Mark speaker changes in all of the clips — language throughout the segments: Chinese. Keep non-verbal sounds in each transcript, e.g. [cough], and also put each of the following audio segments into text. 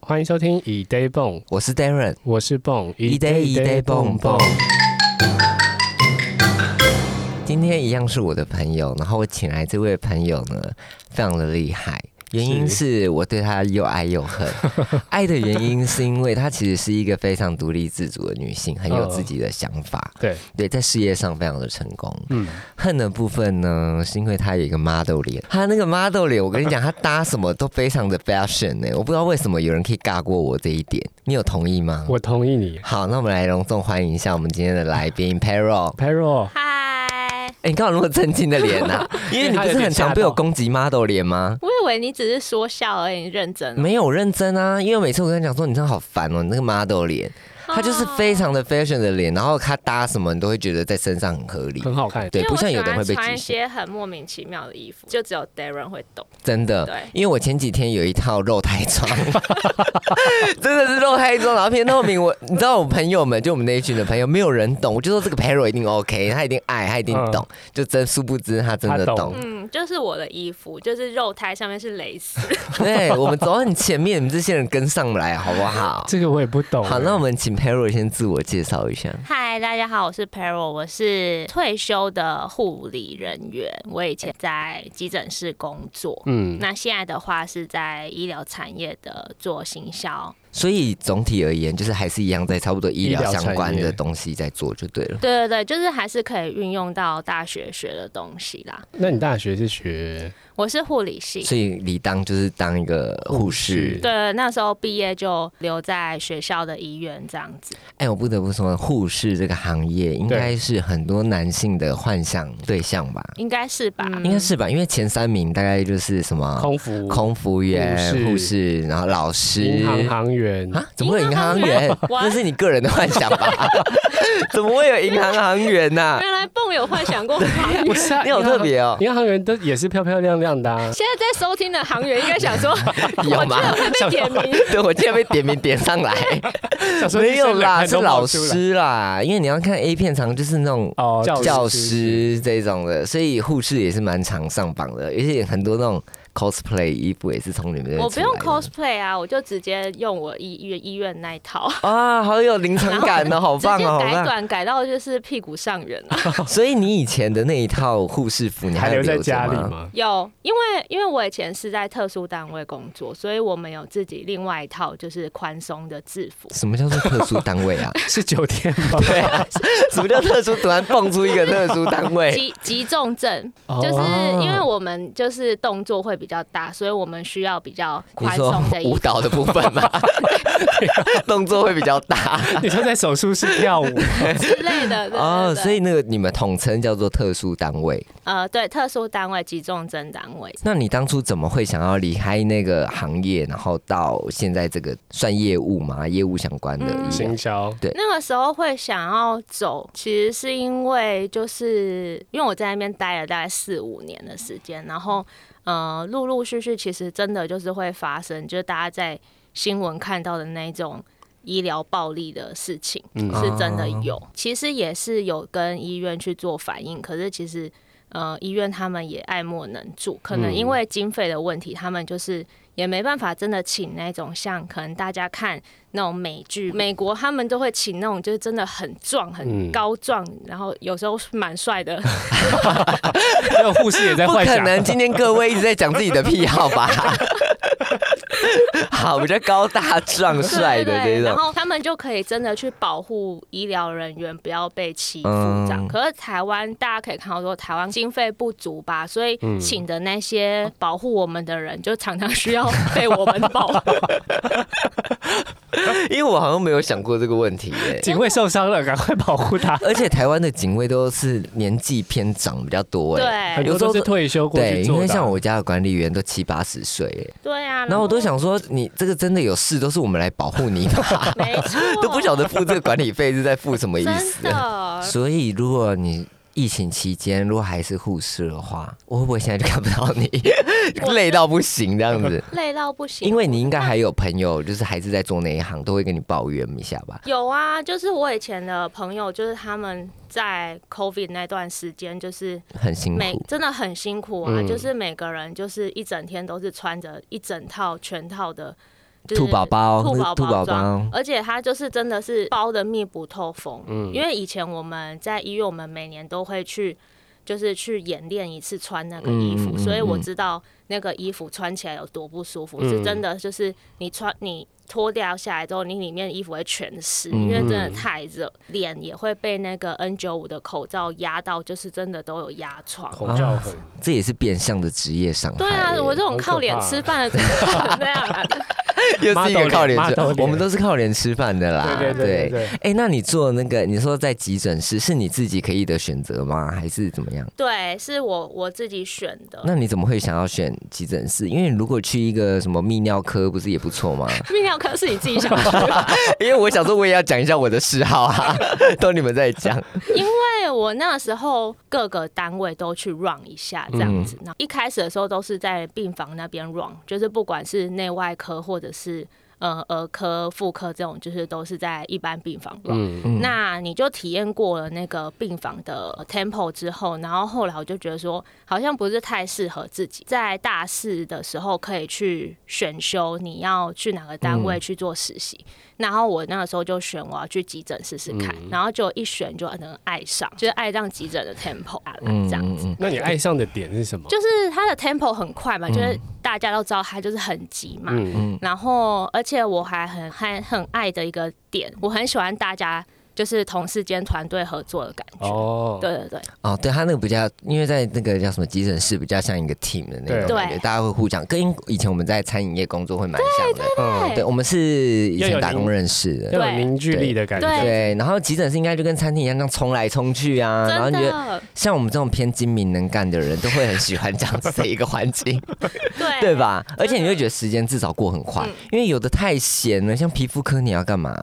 Speaker 1: 欢迎收听以 day 蹦，
Speaker 2: 我是 Darren，
Speaker 1: 我是蹦
Speaker 2: 一 day 一 day 蹦蹦。今天一样是我的朋友，然后我请来这位朋友呢，非常的厉害。原因是我对她又爱又 [laughs] 恨，爱的原因是因为她其实是一个非常独立自主的女性，很有自己的想法，
Speaker 1: 对，
Speaker 2: 对，在事业上非常的成功。
Speaker 1: 嗯，
Speaker 2: 恨的部分呢，是因为她有一个 model 脸，她那个 model 脸，我跟你讲，她搭什么都非常的 fashion 呢、我不知道为什么有人可以尬过我这一点，你有同意吗？
Speaker 1: 我同意你
Speaker 2: 好，那我们来隆重欢迎一下我们今天的来宾 Perro。
Speaker 1: p e r o
Speaker 3: 嗨，
Speaker 2: 哎、你干嘛那么震惊的脸啊？ [laughs] 因为你不是很常被我攻击 model 脸吗？
Speaker 3: 我以为你只是说笑而已，你认真哦了。
Speaker 2: 没有认真啊，因为每次我跟他讲说，你真的好烦哦，你那个 model 脸，
Speaker 3: 啊
Speaker 2: 他就是非
Speaker 3: 哦
Speaker 2: 常的 fashion 的脸，然后他搭什么你都会觉得在身上很合理，
Speaker 1: 很好看，
Speaker 2: 对，
Speaker 3: 因为
Speaker 2: 不
Speaker 3: 我
Speaker 2: 像
Speaker 3: 喜
Speaker 2: 有的人
Speaker 3: 欢
Speaker 2: 会被
Speaker 3: 穿
Speaker 2: 局
Speaker 3: 一
Speaker 2: 限，
Speaker 3: 些很莫名其妙的衣服，就只有 Darren 会懂。
Speaker 2: 真的。
Speaker 3: 对，
Speaker 2: 因为我前几天有一套肉胎装， [laughs] 真的是肉胎装，然后偏透明。我你知道，我朋友们就我们那一群的朋友，没有人懂。我就说这个 Perro 一定 OK，他一定爱，他一定
Speaker 1: 嗯
Speaker 2: 懂。就真殊不知他真的
Speaker 1: 他懂
Speaker 2: 懂。
Speaker 3: 嗯，就是我的衣服，就是肉胎上面是蕾丝， [laughs]
Speaker 2: 对我们走很前面，你们这些人跟上来好不好？
Speaker 1: 这个我也不懂。
Speaker 2: 好，那我
Speaker 1: 们
Speaker 2: 们请 Perro 先自我介绍一下。
Speaker 3: 嗨，大家好，我是 Perro，我是退休的护理人员，我以前在急诊室工作。
Speaker 1: 嗯，
Speaker 3: 那现在的话是在医疗产业的做行销，
Speaker 2: 所以总体而言，就是还是一样在差不多医疗相关的东西在做就对了。
Speaker 3: 对对对，就是还是可以运用到大学学的东西啦。
Speaker 1: 那你大学是学
Speaker 3: 我是护理系，
Speaker 2: 所以理当就是当一个护士。
Speaker 3: 对，那时候毕业就留在学校的医院这样子。
Speaker 2: 哎、我不得不说，护士这个行业应该是很多男性的幻想对象吧？
Speaker 3: 应该是吧？
Speaker 2: 应该是吧？因为前三名大概就是什么
Speaker 1: 空服、
Speaker 2: 啊空服员
Speaker 1: 护、士
Speaker 2: 护士，然后老师、
Speaker 1: 银行行员，
Speaker 2: 啊？怎么会有银
Speaker 3: 银
Speaker 2: 行
Speaker 3: 行
Speaker 2: 行
Speaker 3: 员
Speaker 2: 员？
Speaker 3: 哇
Speaker 2: 那是你个人的幻想吧？ [laughs] 怎么会有银行行员呐、
Speaker 3: 原来蹦有幻
Speaker 2: [laughs]
Speaker 3: 想过航员。
Speaker 1: 不是啊，
Speaker 2: 你好特别哦
Speaker 1: 银行行员都也是漂漂亮亮的 [laughs] 啊。
Speaker 3: 现在在收听的航员应该想
Speaker 2: [laughs]
Speaker 3: 说，
Speaker 2: 有
Speaker 3: 我居
Speaker 2: 吗
Speaker 3: 然会被点名。
Speaker 2: 对，我竟然被点名点上来，没有啦，是老师啦。因为你要看 A 片，常就是那种
Speaker 1: 哦，
Speaker 2: 教师这种的，所以护士也是蛮常上榜的，而且很多那种 cosplay 衣服也是从你们那
Speaker 3: 我不用
Speaker 2: cos
Speaker 3: cosplay 啊，我就直接用我医院医院那一套，
Speaker 2: 啊，好有临场感哦，好
Speaker 3: 直
Speaker 2: 棒
Speaker 3: 接 [laughs]
Speaker 2: 哦，好
Speaker 3: 改
Speaker 2: 棒！
Speaker 3: 短改到就是屁股上缘
Speaker 2: [laughs]
Speaker 3: 啊。
Speaker 2: 所以你以前的那一套护士服，你
Speaker 1: 还留在
Speaker 2: 留着
Speaker 1: 家里
Speaker 2: 吗？
Speaker 1: 吗？
Speaker 3: 有，因为因为我以前是在特殊单位工作，所以我们有自己另外一套就是宽松的制服。
Speaker 2: 什么叫做特殊单位
Speaker 1: [laughs]
Speaker 2: 啊？ [laughs]
Speaker 1: 是酒店吗？
Speaker 2: 对啊，什么叫特殊？突然蹦出一个特殊单
Speaker 3: [laughs]
Speaker 2: 位，
Speaker 3: 急急重症，
Speaker 1: [laughs] 哦
Speaker 3: 就是因为我们就是动作会比较大，所以我们需要比较
Speaker 2: 你
Speaker 3: 宽
Speaker 2: 说
Speaker 3: 松的衣
Speaker 2: 舞
Speaker 3: 服。
Speaker 2: 蹈的部分
Speaker 1: [laughs]
Speaker 2: 吗？动作会比较大。
Speaker 1: [laughs] 你说在手术室跳舞，
Speaker 3: 之类的。对
Speaker 2: 哦，
Speaker 3: 对对
Speaker 2: 所以那个你们统称叫做特殊单位。
Speaker 3: 呃，对，特殊单位、急重症单位，
Speaker 2: 那你当初怎么会想要离开那个行业，然后到现在这个算业务吗？业务相关的医疗
Speaker 1: 行 [laughs] 销
Speaker 2: 对
Speaker 3: 那个时候会想要走，其实是因为就是因为我在那边待了大概四五年的时间，然后呃，陆陆续续其实真的就是会发生，就是大家在新闻看到的那一种。医疗暴力的事情、
Speaker 1: 嗯
Speaker 3: 是真的有，其实也是有跟医院去做反应，可是其实呃医院他们也爱莫能助，可能因为经费的问题，他们就是也没办法真的请那种像可能大家看那种美剧，美国他们都会请那种就是真的很壮、
Speaker 1: 嗯
Speaker 3: 很高壮，然后有时候蛮帅的，
Speaker 1: 还有护士也在
Speaker 2: 不
Speaker 1: 幻
Speaker 2: 可
Speaker 1: 想，
Speaker 2: 能，今天各位一直在讲自己的癖
Speaker 1: [laughs]
Speaker 2: 好吧？好，比较高大壮 [laughs] 帅的
Speaker 3: 对
Speaker 2: 这
Speaker 3: 然
Speaker 1: 啊
Speaker 2: 种。
Speaker 3: 后他们就可以真的去保护医疗人员不要被欺负
Speaker 2: 嗯
Speaker 3: 这样。可是台湾大家可以看到说，台湾经费不足吧，所以请的那些保护我们的人，就常常需要被我们保
Speaker 2: 嗯
Speaker 3: 护。
Speaker 2: 因为我好像没有想过这个问题耶。
Speaker 1: [laughs] 警卫受伤了，赶快保护他。
Speaker 2: 而且台湾的警卫都是年纪偏长比较多 [laughs] 哎。
Speaker 1: 很
Speaker 3: 对
Speaker 1: 多都是退休过去
Speaker 2: 对，因
Speaker 1: 做的啊。
Speaker 2: 为像我家的管理员都七八十岁耶，
Speaker 3: 对啊，
Speaker 2: 然后我都想说，你这个真的有事，都是我们来保护你 [laughs] 吧，，
Speaker 3: 没错
Speaker 2: 都不晓得付这个管理费是在付什么意
Speaker 3: 真
Speaker 2: 思。
Speaker 3: 的。
Speaker 2: 所以，如果你疫情期间如果还是护士的话，我会不会现在就看不到你， [laughs] 累到不行这样子？
Speaker 3: 累到不行，
Speaker 2: 因为你应该还有朋友，就是还是在做那一行，都会跟你抱怨一下吧。
Speaker 3: 有啊，就是我以前的朋友，就是他们在 COVID 那段时间，就是
Speaker 2: 很辛
Speaker 3: 每
Speaker 2: 苦，
Speaker 3: 真的很辛苦啊，
Speaker 1: 嗯
Speaker 3: 就是每个人就是一整天都是穿着一整套全套的。对
Speaker 2: 兔宝宝，
Speaker 3: 兔
Speaker 2: 那
Speaker 3: 宝
Speaker 2: 是兔宝
Speaker 3: 装
Speaker 2: 宝，
Speaker 3: 而且它就是真的是包的密不透风。
Speaker 4: 嗯
Speaker 3: 因为以前我们在医院，我们每年都会去，就是去演练一次穿那个
Speaker 4: 嗯
Speaker 3: 衣服，
Speaker 2: 嗯
Speaker 3: 所以我
Speaker 2: 嗯
Speaker 3: 知道那个衣服穿起来有多不舒服，
Speaker 4: 嗯
Speaker 3: 是真的，就是你穿你。脱掉下来之后，你里面的衣服会全湿，
Speaker 4: 嗯
Speaker 3: 因为真的太热，脸也会被那个 N 9 5的口罩压到，就是真的都有压
Speaker 1: 啊
Speaker 3: 疮。
Speaker 4: 口罩很
Speaker 2: 这也是变相的职业伤害
Speaker 3: 对
Speaker 2: 耶。
Speaker 3: 啊，我这种
Speaker 4: 好可
Speaker 3: 靠脸
Speaker 4: 怕
Speaker 3: 吃
Speaker 4: [laughs]
Speaker 3: 饭的，怎 [laughs] 么可能这样啊？
Speaker 2: [laughs] 又是一个靠脸
Speaker 1: 麻
Speaker 2: 吃
Speaker 1: 豆脸，
Speaker 2: 我们都是靠脸吃饭的啦。
Speaker 1: [laughs] 对对对对对，
Speaker 2: 哎，那你做那个，你说在急诊室是你自己可以的选择吗？还是怎么样？
Speaker 3: 对，是我我自己选的。
Speaker 2: 那你怎么会想要选急诊室？因为如果去一个什么泌尿科，不是也不错吗？
Speaker 3: 泌尿科是你自己想 [laughs] 去吧？
Speaker 2: [laughs] 因为我想说，我也要讲一下我的嗜好啊， [laughs] 都你们在讲。
Speaker 3: 对，我那时候各个单位都去 run 一下这样子。那、一开始的时候都是在病房那边 run，就是不管是内外科或者是呃儿科、妇科这种，就是都是在一般病房 run。
Speaker 4: 嗯
Speaker 2: 嗯
Speaker 3: 那你就体验过了那个病房的 tempo 之后，然后后来我就觉得说，好像不是太适合自己。在大四的时候可以去选修，你要去哪个单
Speaker 2: 嗯
Speaker 3: 位去做实习。然后我那个时候就选我要去急诊试试看，
Speaker 2: 嗯
Speaker 3: 然后就一选就能爱上，就是爱上急诊的 tempo 啊，这样子。
Speaker 2: 嗯，
Speaker 1: 那你爱上的点是什么？
Speaker 3: 就是它的 tempo 很快嘛，就是大家都知道它就是很急嘛，
Speaker 4: 嗯
Speaker 3: 然后，而且我还很还很爱的一个点，我很喜欢大家就是同事间团队合作的感觉。
Speaker 1: 哦，
Speaker 3: 对对对，
Speaker 2: 哦，对他那个比较，因为在那个叫什么急诊室，比较像一个 team 的那种
Speaker 3: 对
Speaker 2: 感觉，大家会互讲，跟以前我们在餐饮业工作会蛮像的。
Speaker 1: 嗯，
Speaker 3: 对
Speaker 2: 哦对，我们是以
Speaker 1: 要有
Speaker 2: 前打
Speaker 1: 凝
Speaker 2: 工认识的。
Speaker 1: 要有凝聚力的感觉。
Speaker 3: 对
Speaker 2: 对，然后急诊室应该就跟餐厅一样，这样冲来冲去啊。然后
Speaker 3: 真
Speaker 2: 你觉得，
Speaker 3: 的，
Speaker 2: 像我们这种偏精明能干的人，都会很喜欢这样子的一个环境，
Speaker 3: [laughs] 对
Speaker 2: 对？吧？而且你会觉得时间至少过很快，
Speaker 3: 嗯
Speaker 2: 因为有的太闲了，像皮肤科你要干
Speaker 3: [laughs]
Speaker 2: 嘛？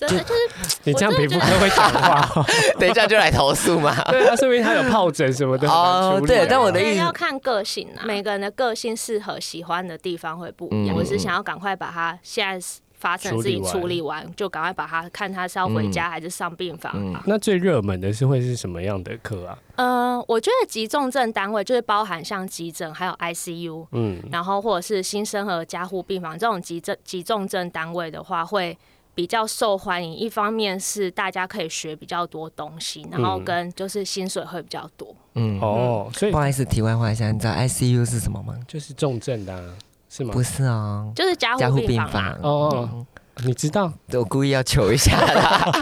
Speaker 3: 真的就是
Speaker 1: 你这样皮肤科会讲话哦，
Speaker 2: 等一下就来投诉
Speaker 3: [laughs]
Speaker 2: 嘛。
Speaker 1: [laughs] 对啊，说明他有疱疹什么的。
Speaker 2: 哦
Speaker 1: 很难处理
Speaker 2: 对
Speaker 1: 啊
Speaker 2: 但我的意
Speaker 3: 对
Speaker 2: 思
Speaker 3: 要看个性啊，每个人的个性适合喜欢的地方会不一
Speaker 2: 嗯
Speaker 3: 样。我是想要赶快把它现在发生的事情
Speaker 1: 处
Speaker 3: 处
Speaker 1: 理
Speaker 3: 理完，就赶快把它看他是要回家还是上病房啊。
Speaker 2: 嗯
Speaker 1: 那最热门的是会是什么样的课啊？
Speaker 3: 嗯，我觉得急重症单位就是包含像急诊还有 ICU，
Speaker 1: 嗯，
Speaker 3: 然后或者是新生儿加护病房这种急症急重症单位的话，会比较受欢迎。一方面是大家可以学比较多东西，然后跟就是薪水会比较多。
Speaker 2: 嗯，
Speaker 1: 哦，所以
Speaker 2: 不好意思，题外话一下，你知道 ICU 是什么吗？
Speaker 1: 就是重症的啊，是吗
Speaker 2: 不？是哦，
Speaker 3: 就是加
Speaker 2: 加
Speaker 3: 护
Speaker 2: 护病
Speaker 3: 房啊嘛，
Speaker 2: 房。
Speaker 1: 哦，你知道？
Speaker 2: 我故意要求一下啦。 [laughs]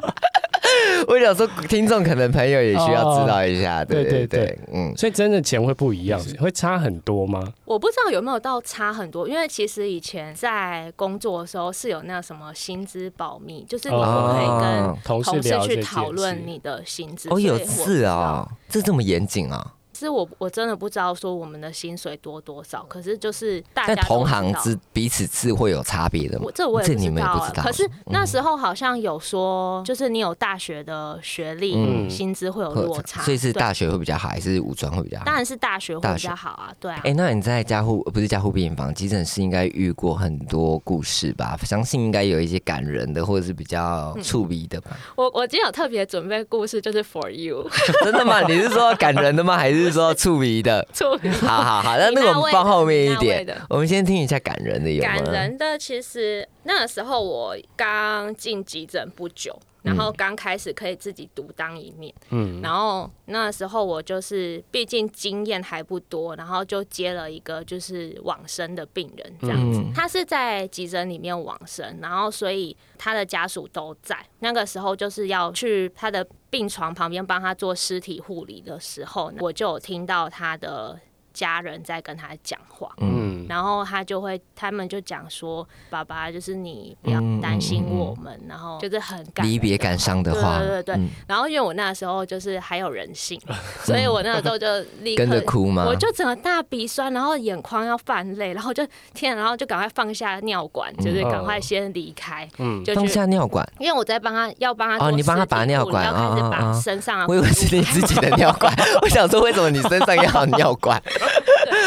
Speaker 2: 我想说，听众可能朋友也需要知道一下，对对
Speaker 1: 哦对对
Speaker 2: 对，嗯，
Speaker 1: 所以真的钱会不一样，会差很多吗？
Speaker 3: 我不知道有没有到差很多，因为其实以前在工作的时候是有那什么薪资保密，就是你不可以跟
Speaker 2: 哦
Speaker 1: 同事
Speaker 3: 同事
Speaker 1: 聊这
Speaker 3: 去
Speaker 1: 件
Speaker 3: 讨
Speaker 1: 事
Speaker 3: 论你的薪资。
Speaker 2: 哦，
Speaker 3: 所以
Speaker 2: 有
Speaker 3: 我
Speaker 2: 字哦，这这么严谨哦，
Speaker 3: 是我我真的不知道说我们的薪水多多少，可是就是大家
Speaker 2: 但
Speaker 3: 都
Speaker 2: 同行
Speaker 3: 知道
Speaker 2: 之彼此字会有差别的吗
Speaker 3: 我？这我也
Speaker 2: 这
Speaker 3: 不
Speaker 2: 你
Speaker 3: 知
Speaker 2: 们
Speaker 3: 道,、
Speaker 2: 也
Speaker 3: 啊
Speaker 2: 不知道嗯
Speaker 3: 可是那时候好像有说，就是你有大学的学历，
Speaker 1: 嗯
Speaker 3: 薪资会有
Speaker 2: 会有
Speaker 3: 落差，
Speaker 2: 所以是
Speaker 3: 对
Speaker 2: 大学会比较好，还是五专会比较好
Speaker 3: 当？然是大学会
Speaker 2: 大
Speaker 3: 比
Speaker 2: 学
Speaker 3: 较好啊，对啊。
Speaker 2: 哎、那你在加护不是加护病房急诊室，应该遇过很多故事吧？相信应该有一些感人的，或者是比较触鼻的吧？
Speaker 3: 我我今天有特别准备故事，就是 for you， [laughs]
Speaker 2: 真的吗？你是说感人的吗？还是说触鼻的？
Speaker 3: 出
Speaker 2: 好好好，那那个我们放后面一点，我们先听一下感人的有吗？
Speaker 3: 感人的，其实那个时候我刚进急诊不久，
Speaker 2: 嗯
Speaker 3: 然后刚开始可以自己独当一面，
Speaker 1: 嗯，
Speaker 3: 然后那时候我就是毕竟经验还不多，然后就接了一个就是往生的病人这样子，
Speaker 2: 嗯
Speaker 3: 他是在急诊里面往生，然后所以他的家属都在，那个时候就是要去他的病床旁边帮他做尸体护理的时候，我就有听到他的家人在跟他讲话，
Speaker 1: 嗯，
Speaker 3: 然后他就会，他们就讲说：“爸爸，就是你不要
Speaker 2: 嗯
Speaker 3: 担心我们。然后就是很感
Speaker 2: 离别
Speaker 3: 人的
Speaker 2: 感伤的话，
Speaker 3: 对对对对
Speaker 2: 嗯
Speaker 3: 然后因为我那时候就是还有人
Speaker 2: [laughs]
Speaker 3: 性，所以我那时候就立刻
Speaker 2: 跟着哭吗
Speaker 3: 我就整个大鼻酸，然后眼眶要泛泪，然后就天啊，然后就赶快放下尿管，就是赶快先离开，
Speaker 1: 嗯
Speaker 3: 就
Speaker 2: 放嗯
Speaker 3: 去。
Speaker 2: 哦下尿管，
Speaker 3: 因为我在帮他要帮他
Speaker 2: 哦
Speaker 3: 做
Speaker 2: 你帮他
Speaker 3: 尸体
Speaker 2: 拔尿
Speaker 3: 护理
Speaker 2: 管
Speaker 3: 要开始
Speaker 2: 哦哦
Speaker 3: 把
Speaker 2: 哦
Speaker 3: 身上的
Speaker 2: 我以为
Speaker 3: 骨头
Speaker 2: 是你自己的尿管，我想说为什么你身上要有尿管？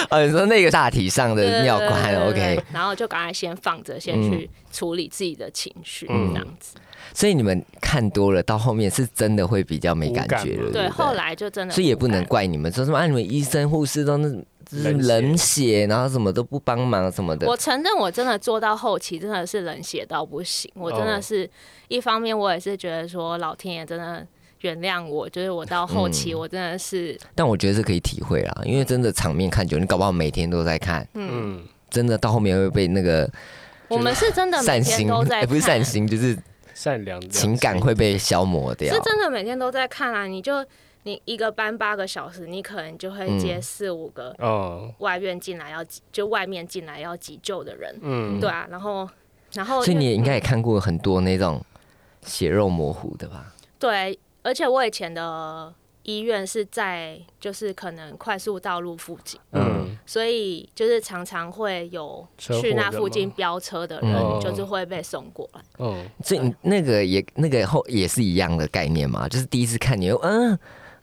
Speaker 2: 哦，你说那个大体上的尿
Speaker 3: [laughs] 对
Speaker 2: 管
Speaker 3: 对对对
Speaker 2: ，OK
Speaker 3: 对。然后就赶快先放着，先去处理自己的情绪，
Speaker 2: 嗯
Speaker 3: 这样子。
Speaker 2: 所以你们看多了，到后面是真的会比较没感觉了，
Speaker 1: 无感嘛
Speaker 2: 对
Speaker 3: 对，
Speaker 2: 不
Speaker 3: 后来就真的，
Speaker 2: 所以也不能。怪你们，说什么啊，你们医生护士都是就是
Speaker 1: 冷血
Speaker 2: 冷血，然后什么都不帮忙什么的
Speaker 3: 我。承认，我真的做到后期真的是冷血到不行。我真
Speaker 1: 哦
Speaker 3: 的是、一方面，我也是觉得说老天爷真的原谅我，就是我到后期
Speaker 2: 嗯
Speaker 3: 我真的是，
Speaker 2: 但我觉得是可以体会啦，因为真的场面看久，你搞不好每天都在看，
Speaker 3: 嗯，
Speaker 1: 嗯，
Speaker 2: 真的到后面会被那个
Speaker 3: 我们是真的每
Speaker 2: 善
Speaker 3: 天
Speaker 2: 心，
Speaker 3: 都在
Speaker 2: 哎，[laughs]
Speaker 3: 看，
Speaker 2: 不是善心，啊就是
Speaker 1: 善良的
Speaker 2: 情感会被消磨掉
Speaker 3: 是。真的每天都在看啊。你就你一个班八个小时，你可能就会接
Speaker 2: 嗯
Speaker 3: 四五个
Speaker 1: 哦，
Speaker 3: 外院进来要急就外面进来要急救的人，
Speaker 1: 嗯，
Speaker 3: 对啊，然后然后
Speaker 2: 所以
Speaker 3: 因为
Speaker 2: 你也应该也看过很多那种血肉模糊的吧？
Speaker 3: 对，而且我以前的医院是在就是可能快速道路附近，
Speaker 1: 嗯
Speaker 2: 嗯，
Speaker 3: 所以就是常常会有
Speaker 1: 车祸
Speaker 3: 去那
Speaker 1: 的
Speaker 3: 附
Speaker 1: 吗
Speaker 3: 近飙车的人，
Speaker 2: 嗯
Speaker 3: 就是会被送过来。
Speaker 1: 哦，
Speaker 2: 所以你那个也那个后也是一样的概念嘛，就是第一次看你会，嗯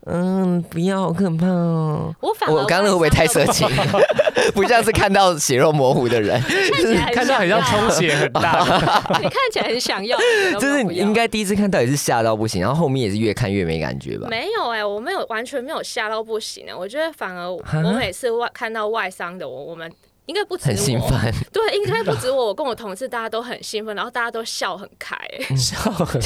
Speaker 2: 嗯，不要，好可怕哦。
Speaker 3: 我反而
Speaker 2: 我刚刚会不会太色情？ [laughs] 不像是看到血肉模糊的
Speaker 3: [laughs]
Speaker 2: 人，哎
Speaker 1: 看到很像充血很 [laughs] 大的，
Speaker 3: 你看起来很想要，你都
Speaker 2: 就是
Speaker 3: 不
Speaker 2: 你
Speaker 3: 要
Speaker 2: 应该第一次看到也是吓到不行，然后后面也是越看越没感觉吧？
Speaker 3: 没有哎、我没有完全没有吓到不行哎、我觉得反而我
Speaker 2: 哈
Speaker 3: 我每次外看到外伤的我，我们应该不止
Speaker 2: 很兴
Speaker 3: 我，
Speaker 2: 奋，
Speaker 3: 对，应该不止我，我跟我同事大家都很兴奋，然后大家都笑很
Speaker 2: [laughs]
Speaker 3: 开、欸，
Speaker 1: 笑很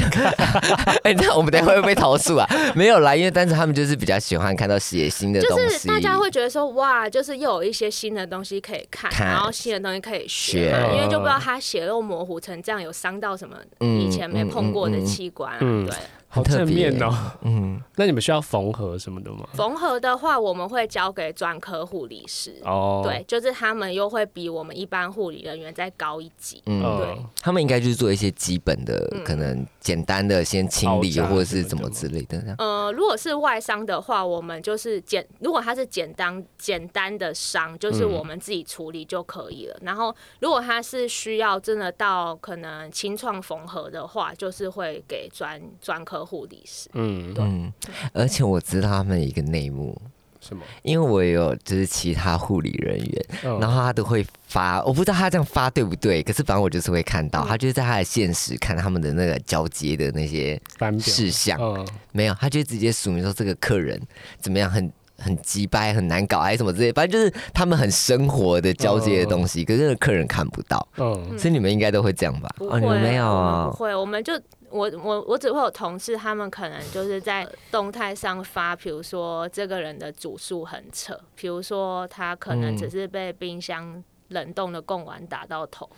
Speaker 2: [laughs] 哎，那我们等一下会不会投诉
Speaker 3: [laughs]
Speaker 2: 啊？没有啦，因为但是他们就是比较喜欢看到血腥的东
Speaker 3: 就
Speaker 2: 西，
Speaker 3: 是大家会觉得说哇，就是又有一些新的东西可以看，
Speaker 2: 看
Speaker 3: 然后新的东西可以
Speaker 2: 学
Speaker 3: 学，
Speaker 1: 嗯
Speaker 3: 因为就不知道他血肉模糊成这样，有伤到什么
Speaker 2: 嗯
Speaker 3: 以前没碰过的器官、啊，
Speaker 1: 嗯嗯嗯
Speaker 3: 对。
Speaker 1: 好正面哦。
Speaker 2: 嗯，
Speaker 1: 那你们需要缝合什么的吗？
Speaker 3: 缝合的话，我们会交给专科护理师，
Speaker 1: 哦，
Speaker 3: 对，就是他们又会比我们一般护理人员再高一级，
Speaker 2: 嗯
Speaker 1: 哦，
Speaker 2: 他们应该就是做一些基本的，
Speaker 3: 嗯
Speaker 2: 可能简单的先清理
Speaker 1: 包扎
Speaker 2: 或者是怎么之类的。这样
Speaker 3: 呃，如果是外伤的话，我们就是简，如果它是简单简单的伤，就是
Speaker 1: 嗯
Speaker 3: 我们自己处理就可以了。然后，如果它是需要真的到可能清创缝合的话，就是会给专专科护理师。
Speaker 1: 嗯，
Speaker 2: 嗯，而且我知道他们一个内幕，
Speaker 1: 什么？
Speaker 2: 因为我有就是其他护理人员，
Speaker 1: 嗯
Speaker 2: 然后他都会发，我不知道他这样发对不对，可是反正我就是会看
Speaker 1: 嗯
Speaker 2: 到，他就是在他的现实看他们的那个交接的那些
Speaker 1: 单表
Speaker 2: 事项，
Speaker 1: 嗯，
Speaker 2: 没有，他就直接署名说这个客人怎么样，很很鸡掰，很难搞，还是什么之类，反正就是他们很生活的交接的东西，可是那个客人看不到，
Speaker 1: 嗯，
Speaker 2: 所以你们应该都会这样吧？
Speaker 3: 不
Speaker 2: 哦，
Speaker 3: 会，
Speaker 2: 你们没有
Speaker 3: 我
Speaker 2: 啊、
Speaker 3: 们不会，我们就我我我只会有同事，他们可能就是在动态上发，比如说这个人的主诉很扯，比如说他可能
Speaker 1: 嗯
Speaker 3: 只是被冰箱冷冻的贡丸打到头，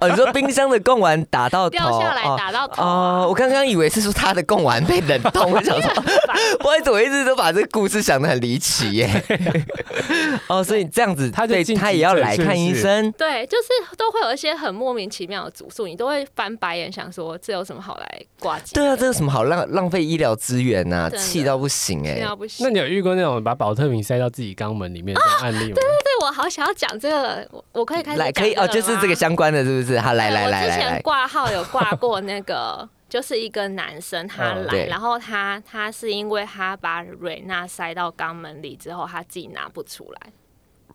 Speaker 2: 哦，你说冰箱的贡丸打到头，
Speaker 3: 掉下来
Speaker 2: 哦
Speaker 3: 打到头啊、
Speaker 2: 哦，我刚刚以为是说他的贡丸被冷冻，我
Speaker 3: [laughs]
Speaker 2: 想说，不好意思，我一直都把这个故事想得很离奇
Speaker 1: [laughs]
Speaker 2: 耶。哦，所以这样子，
Speaker 1: 他就
Speaker 2: 对
Speaker 1: 进
Speaker 2: 他
Speaker 1: 急
Speaker 2: 也要
Speaker 1: 诊
Speaker 2: 来
Speaker 1: 是不
Speaker 2: 看医
Speaker 1: 是
Speaker 2: 生。
Speaker 3: 对，就是都会有一些很莫名其妙的主诉，你都会翻白眼，想说这有什么好来挂机？
Speaker 2: 对啊，这有什么好浪浪费医疗资源呐、
Speaker 3: 真的
Speaker 2: 气到不行哎、
Speaker 3: 听到不行。
Speaker 1: 那你有遇过那种把保特瓶塞到自己肛门里面的
Speaker 2: 啊
Speaker 1: 案例吗？
Speaker 3: 对我好想要讲这个，我我可以开始
Speaker 2: 来，
Speaker 3: 讲
Speaker 2: 可以
Speaker 3: 这个
Speaker 2: 哦，就是
Speaker 3: 吗
Speaker 2: 这个相关的，是不是？好，来
Speaker 3: 对
Speaker 2: 来来
Speaker 3: 我之
Speaker 2: 来
Speaker 3: 前
Speaker 2: 来，
Speaker 3: 挂号有
Speaker 2: [laughs]
Speaker 3: 挂过那个，就是一个男生他
Speaker 1: 嗯
Speaker 3: 来，
Speaker 2: 对
Speaker 3: 然后他他是因为他把蕊娜塞到肛门里之后，他自己拿不出来。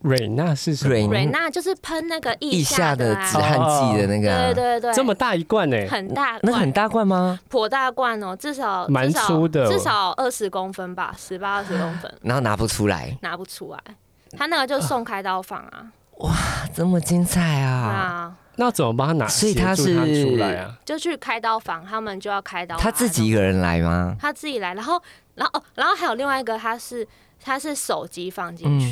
Speaker 1: 瑞娜是什么？
Speaker 2: 蕊嗯
Speaker 3: 蕊娜就是喷那个
Speaker 2: 腋下
Speaker 3: 的
Speaker 2: 的
Speaker 3: 啊
Speaker 2: 止，汗剂的那个、啊，
Speaker 3: 对对对，
Speaker 1: 这么大一罐欸呢？
Speaker 3: 很大
Speaker 2: 那
Speaker 3: 罐
Speaker 2: 很大罐吗？
Speaker 3: 颇大罐哦，至少
Speaker 1: 蛮
Speaker 3: 至少
Speaker 1: 粗的哦
Speaker 3: 至少二十公分吧，十八二十公分
Speaker 2: 然后拿不出来，
Speaker 3: 拿不出来。他那个就送开刀房啊，
Speaker 2: 啊这么精彩啊！
Speaker 3: 啊，
Speaker 1: 那怎么帮他拿？
Speaker 2: 所以
Speaker 1: 协助
Speaker 2: 他
Speaker 1: 他
Speaker 2: 是
Speaker 1: 出来啊？
Speaker 3: 就去开刀房，他们就要开刀。
Speaker 2: 他自己一
Speaker 3: 哦
Speaker 2: 个人来吗？
Speaker 3: 他自己来，然后，然后，哦，然后还有另外一个，他是他是手机放进去、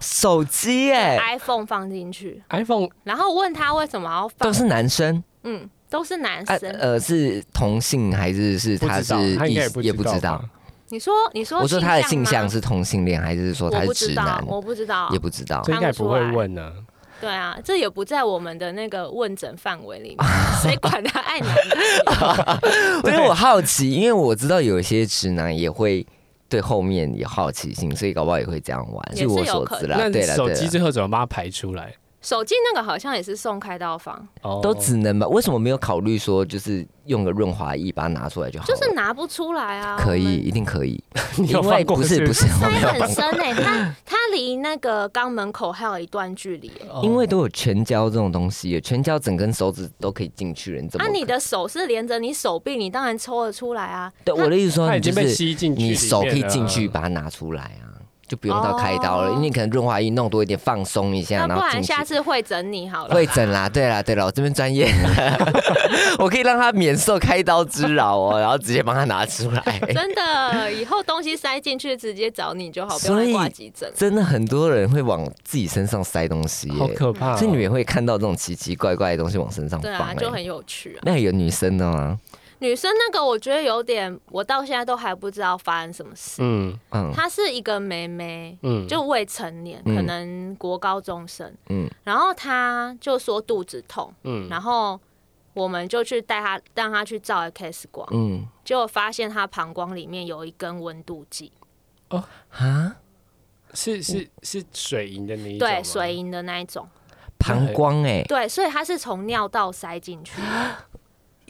Speaker 2: 手机哎、
Speaker 3: i p h o n e 放进去，
Speaker 1: iPhone
Speaker 3: 然后问他为什么要放
Speaker 2: 都，是男生，
Speaker 3: 嗯，都是男
Speaker 2: 啊
Speaker 3: 生。
Speaker 2: 呃，是同性还是是
Speaker 1: 不
Speaker 2: 他
Speaker 1: 知
Speaker 2: 是
Speaker 1: 道，他应该
Speaker 2: 异
Speaker 1: 不
Speaker 2: 也不知道
Speaker 1: 吧。。
Speaker 3: 你说，你说，
Speaker 2: 我说他的性向
Speaker 3: 向
Speaker 2: 是同性恋还是说他
Speaker 3: 吗，我
Speaker 2: 是
Speaker 3: 不
Speaker 2: 直
Speaker 3: 知道
Speaker 2: 男，，
Speaker 3: 我不知道
Speaker 2: 也，不知道
Speaker 1: 这。应该不会问呢。
Speaker 3: 对啊，这也不在我们的那个问诊范围
Speaker 2: [laughs]
Speaker 3: 里
Speaker 2: 哦
Speaker 3: 面，谁管他爱男不爱女？
Speaker 2: 因为我好奇，因为我知道有一些直男也会对后面有好奇心，所以搞不好也会这样玩。据
Speaker 3: 也是
Speaker 2: 我
Speaker 3: 有
Speaker 2: 所
Speaker 3: 可
Speaker 2: 知啦，
Speaker 1: 那
Speaker 2: 对
Speaker 1: 你
Speaker 2: 了
Speaker 1: 手
Speaker 2: 对
Speaker 1: 机
Speaker 2: 了，
Speaker 1: 最后怎么把它排出来？
Speaker 3: 手机那个好像也是送开刀房，
Speaker 1: 哦
Speaker 2: 都只能吧？为什么没有考虑说就是用个润滑液把它拿出来就好
Speaker 3: 就
Speaker 2: 了？
Speaker 3: 是拿不出来啊。
Speaker 2: 可以，
Speaker 3: 我
Speaker 2: 一定可以，
Speaker 1: [laughs] 你
Speaker 2: 因
Speaker 1: 有
Speaker 2: 为
Speaker 1: 放过
Speaker 2: 不是不是， [laughs] 我
Speaker 3: [laughs]
Speaker 2: 没有
Speaker 3: 们。塞很深哎、它它离那个肛门口还有一段距离、欸。
Speaker 1: 哦
Speaker 2: 因为都有全胶这种东西，全胶整根手指都可以进去了，你怎么
Speaker 3: 啊，
Speaker 2: 可？
Speaker 3: 你的手是连着你手臂，你当然抽得出来啊。
Speaker 2: 对我的意思说，
Speaker 1: 它
Speaker 2: 你
Speaker 1: 已
Speaker 2: 就
Speaker 1: 经被
Speaker 2: 是
Speaker 1: 吸进去里面
Speaker 2: 你
Speaker 1: 了，啊
Speaker 2: 手可以进去把它拿出来啊，就不用到开刀了，
Speaker 3: 哦
Speaker 2: 因为你可能润滑液弄多一点，放松一下，
Speaker 3: 那
Speaker 2: 然
Speaker 3: 不
Speaker 2: 后
Speaker 3: 然
Speaker 2: 进去。
Speaker 3: 下次会整你好了。
Speaker 2: 会诊啦，对啦，对啦，我这边专
Speaker 3: [laughs]
Speaker 2: 业，我可以让他免受开刀之扰哦，然后直接帮他拿出来。
Speaker 3: [laughs] 真的，以后东西塞进去直接找你就好，不用
Speaker 2: 所
Speaker 3: 来
Speaker 2: 以
Speaker 3: 挂急诊。
Speaker 2: 真的很多人会往自己身上塞东西耶，
Speaker 1: 好可怕哦，
Speaker 2: 所以你们也会看到这种奇奇怪怪的东西往身上
Speaker 3: 对
Speaker 2: 放、
Speaker 3: 啊，
Speaker 2: 哎
Speaker 3: 就很有趣啊。
Speaker 2: 那有女生的吗？
Speaker 3: 女生那个我觉得有点，我到现在都还不知道发生什么事。
Speaker 1: 嗯
Speaker 2: 嗯
Speaker 3: 她是一个妹妹，
Speaker 1: 嗯，
Speaker 3: 就未成年，
Speaker 2: 嗯
Speaker 3: 可能国高中生。
Speaker 2: 嗯
Speaker 3: 然后她就说肚子痛，
Speaker 1: 嗯
Speaker 3: 然后我们就去带她，让她去照 X 光，
Speaker 2: 嗯
Speaker 3: 结果发现她膀胱里面有一根温度计，
Speaker 2: 啊，
Speaker 1: 是是是水银的那一种吗
Speaker 3: 对，水银的那一种，
Speaker 2: 膀胱哎、
Speaker 3: 对，所以她是从尿道塞进去的，
Speaker 1: [gasps]
Speaker 3: 啊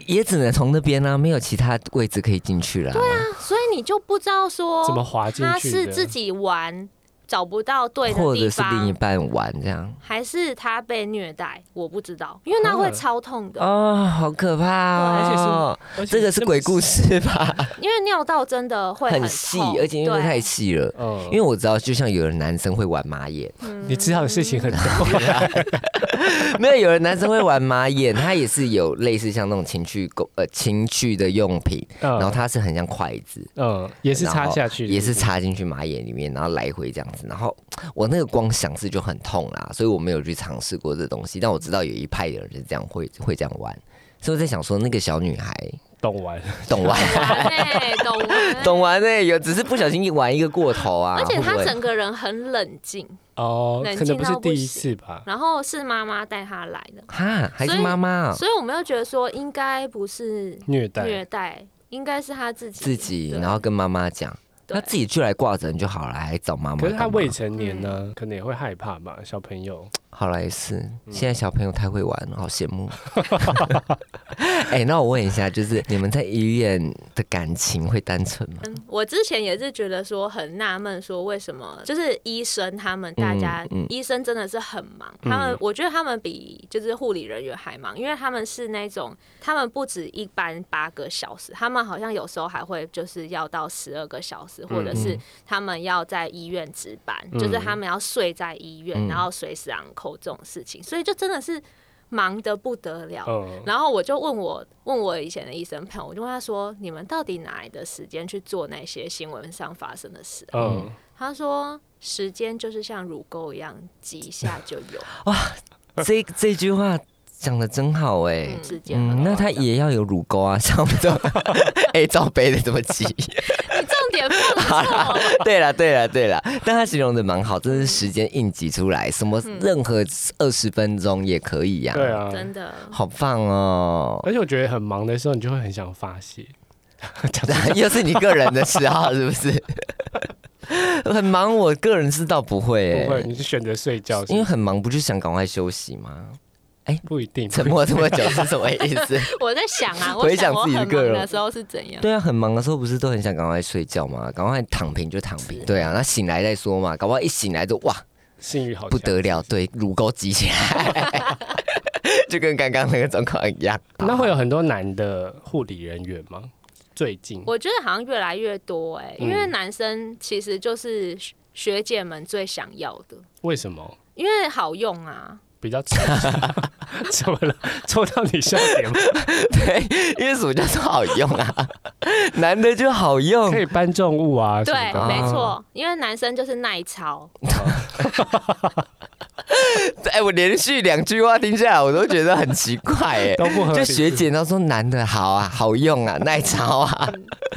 Speaker 2: 也只能从那边啊，没有其他位置可以进去啦。对啊，
Speaker 3: 所以你就不知道说
Speaker 1: 怎么滑进
Speaker 3: 她
Speaker 1: 去
Speaker 3: 是
Speaker 1: 的
Speaker 3: 自己玩找不到对的
Speaker 2: 或
Speaker 3: 地
Speaker 2: 者是另一
Speaker 3: 方，
Speaker 2: 半玩这样
Speaker 3: 还是她被虐待，我不知道，因为那
Speaker 1: 啊
Speaker 3: 会超痛的，
Speaker 2: 哦，好可怕哦！
Speaker 1: 而且
Speaker 2: 这个是鬼故事吧？
Speaker 3: 因为尿道真的会
Speaker 2: 很
Speaker 3: 痛
Speaker 2: 细，而且因为
Speaker 3: 对
Speaker 2: 太细了。
Speaker 1: 那么，嗯
Speaker 2: 因为我知道，就像有的男生会玩马
Speaker 3: [laughs]
Speaker 2: 眼，
Speaker 1: [laughs] 你
Speaker 3: 嗯
Speaker 1: 知道的事情很
Speaker 2: [laughs]
Speaker 1: 多，
Speaker 2: 没有有的男生会玩马眼，他也是有类似像那种情趣工呃情趣的用品，然后
Speaker 1: 嗯
Speaker 2: 它是很像筷子，
Speaker 1: 嗯，也是插下去，
Speaker 2: 也是，插进去马眼里面，然后来回这样子。然后我那个光想是就很痛啦，所以我没有去尝试过这东西。但我知道有一派的人是这样会会这样玩，所以我在想说，那个小女孩
Speaker 1: 懂完，
Speaker 2: 懂玩
Speaker 3: 玩欸懂玩
Speaker 2: [laughs] 懂玩呢、有只是不小心玩一个过头啊，
Speaker 3: 而且
Speaker 2: 会
Speaker 3: 他
Speaker 2: 不会
Speaker 3: 整个人很冷静，
Speaker 1: 哦，
Speaker 3: 冷
Speaker 1: 可
Speaker 3: 静
Speaker 1: 能不是
Speaker 3: 到不
Speaker 1: 第一
Speaker 3: 行
Speaker 1: 次吧，
Speaker 3: 然后是妈妈带他来的，
Speaker 2: 哈还
Speaker 3: 所
Speaker 2: 是
Speaker 3: 以
Speaker 2: 妈妈哦
Speaker 3: 所以我们又觉得说应该不是
Speaker 1: 虐待
Speaker 3: 虐，待，应该是他自己
Speaker 2: 自己，
Speaker 3: 对
Speaker 2: 然后跟妈妈讲。
Speaker 3: 对
Speaker 2: 那自己去来挂诊就好了，还找妈妈
Speaker 1: 可
Speaker 2: 干
Speaker 1: 是
Speaker 2: 嘛？
Speaker 1: 他未成年
Speaker 3: 嗯
Speaker 1: 呢，可能也会害怕吧，小朋友，
Speaker 2: 好来是，
Speaker 1: 嗯
Speaker 2: 现在小朋友太会玩了，好
Speaker 1: [laughs]
Speaker 2: 羡慕。 [laughs] 哎、那我问一下，就是你们在医院的感情会单纯吗？
Speaker 3: 嗯我之前也是觉得说很纳闷，说为什么就是医生他们大家、
Speaker 2: 嗯嗯
Speaker 3: 医生真的是很忙，他们我觉得他们比就是护理人员还忙，因为他们是那种他们不止一班八个小时，他们好像有时候还会就是要到十二个小时，或者
Speaker 2: 嗯
Speaker 3: 是他们要在医院值班，就是他们要睡在医院，
Speaker 2: 嗯
Speaker 3: 然后随时昂扣这种事情，所以就真的是忙得不得了。
Speaker 1: 嗯，
Speaker 3: 然后我就问我问我以前的医生朋友，我就问他说：“你们到底哪来的时间去做那些新闻上发生的事啊、
Speaker 1: 嗯，
Speaker 3: 他说：“时间就是像乳沟一样，挤一下就有，
Speaker 2: 这这句话讲的真好哎、
Speaker 3: 嗯时间很
Speaker 2: 嗯，那他
Speaker 3: 快的
Speaker 2: 也要有乳沟啊，像不
Speaker 3: [laughs]
Speaker 2: 到哎，罩杯的这么急。
Speaker 3: 你重点放错，
Speaker 2: [laughs] 对了，对了，对了，但他形容的蛮好，真是时间硬挤出来，什么任何二十分钟也可以呀、
Speaker 1: 对，啊，
Speaker 3: 真的。
Speaker 2: 好棒 [laughs] 哦。
Speaker 1: 而且我觉得很忙的时候，你就会很想发泄，
Speaker 2: [laughs] 又是你个人的嗜好，是不 [laughs] 是？很忙，我个人是倒不会、欸，
Speaker 1: 不会，你是选择睡觉，
Speaker 2: 因为很忙，不就想赶快休息吗？
Speaker 1: 不一定， [laughs]
Speaker 2: 沉默这么久是什么意思？
Speaker 3: 我在想啊，我
Speaker 2: 回想
Speaker 3: 想我
Speaker 2: 自
Speaker 3: 很
Speaker 2: 己的
Speaker 3: 忙
Speaker 2: 个人
Speaker 3: 的时候是怎
Speaker 2: [laughs]
Speaker 3: 样？
Speaker 2: 对啊，很忙的时候不是都很想赶快睡觉吗？赶快躺平就躺平，对啊，那醒来再说嘛，搞不好一醒来就哇
Speaker 1: 性欲好
Speaker 2: 不
Speaker 1: 强
Speaker 2: 得了，对，乳沟挤起来，就跟刚刚那个状况一样。
Speaker 1: 那会有很多男的护理人员吗？最近
Speaker 3: [laughs] 我觉得好像越来越多哎、因为男生其实就是学学姐们最想要的，
Speaker 1: 为什么
Speaker 3: 因为好用啊。
Speaker 1: 比较 [laughs] 长？怎么了？抽到你笑点
Speaker 2: [laughs]
Speaker 1: 吗？
Speaker 2: 对，因为什么叫做好用啊？ [laughs] 男的就好用
Speaker 1: 可，以搬重物啊，
Speaker 3: 对
Speaker 1: 什么，的
Speaker 3: 没错，因为男生就是耐操，
Speaker 2: 哎、我连续两句话听下来，我都觉得很奇怪
Speaker 1: [laughs]
Speaker 2: 哎、
Speaker 1: 都不合理
Speaker 2: 就学。姐她说男的好啊，好用啊，耐操啊，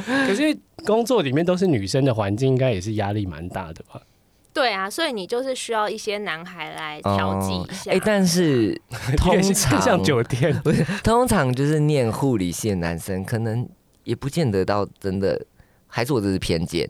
Speaker 1: 可是工作里面都是女生的环境，应该也是压力蛮大的吧？
Speaker 3: 对啊，所以你就是需要一些男孩来调剂一下。
Speaker 2: 哎、
Speaker 1: [laughs]
Speaker 2: 但是 [laughs] 通常
Speaker 1: 像酒店，
Speaker 2: 不是通常就是念护理系的男生，可能也不见得到真的，还是我这是偏见，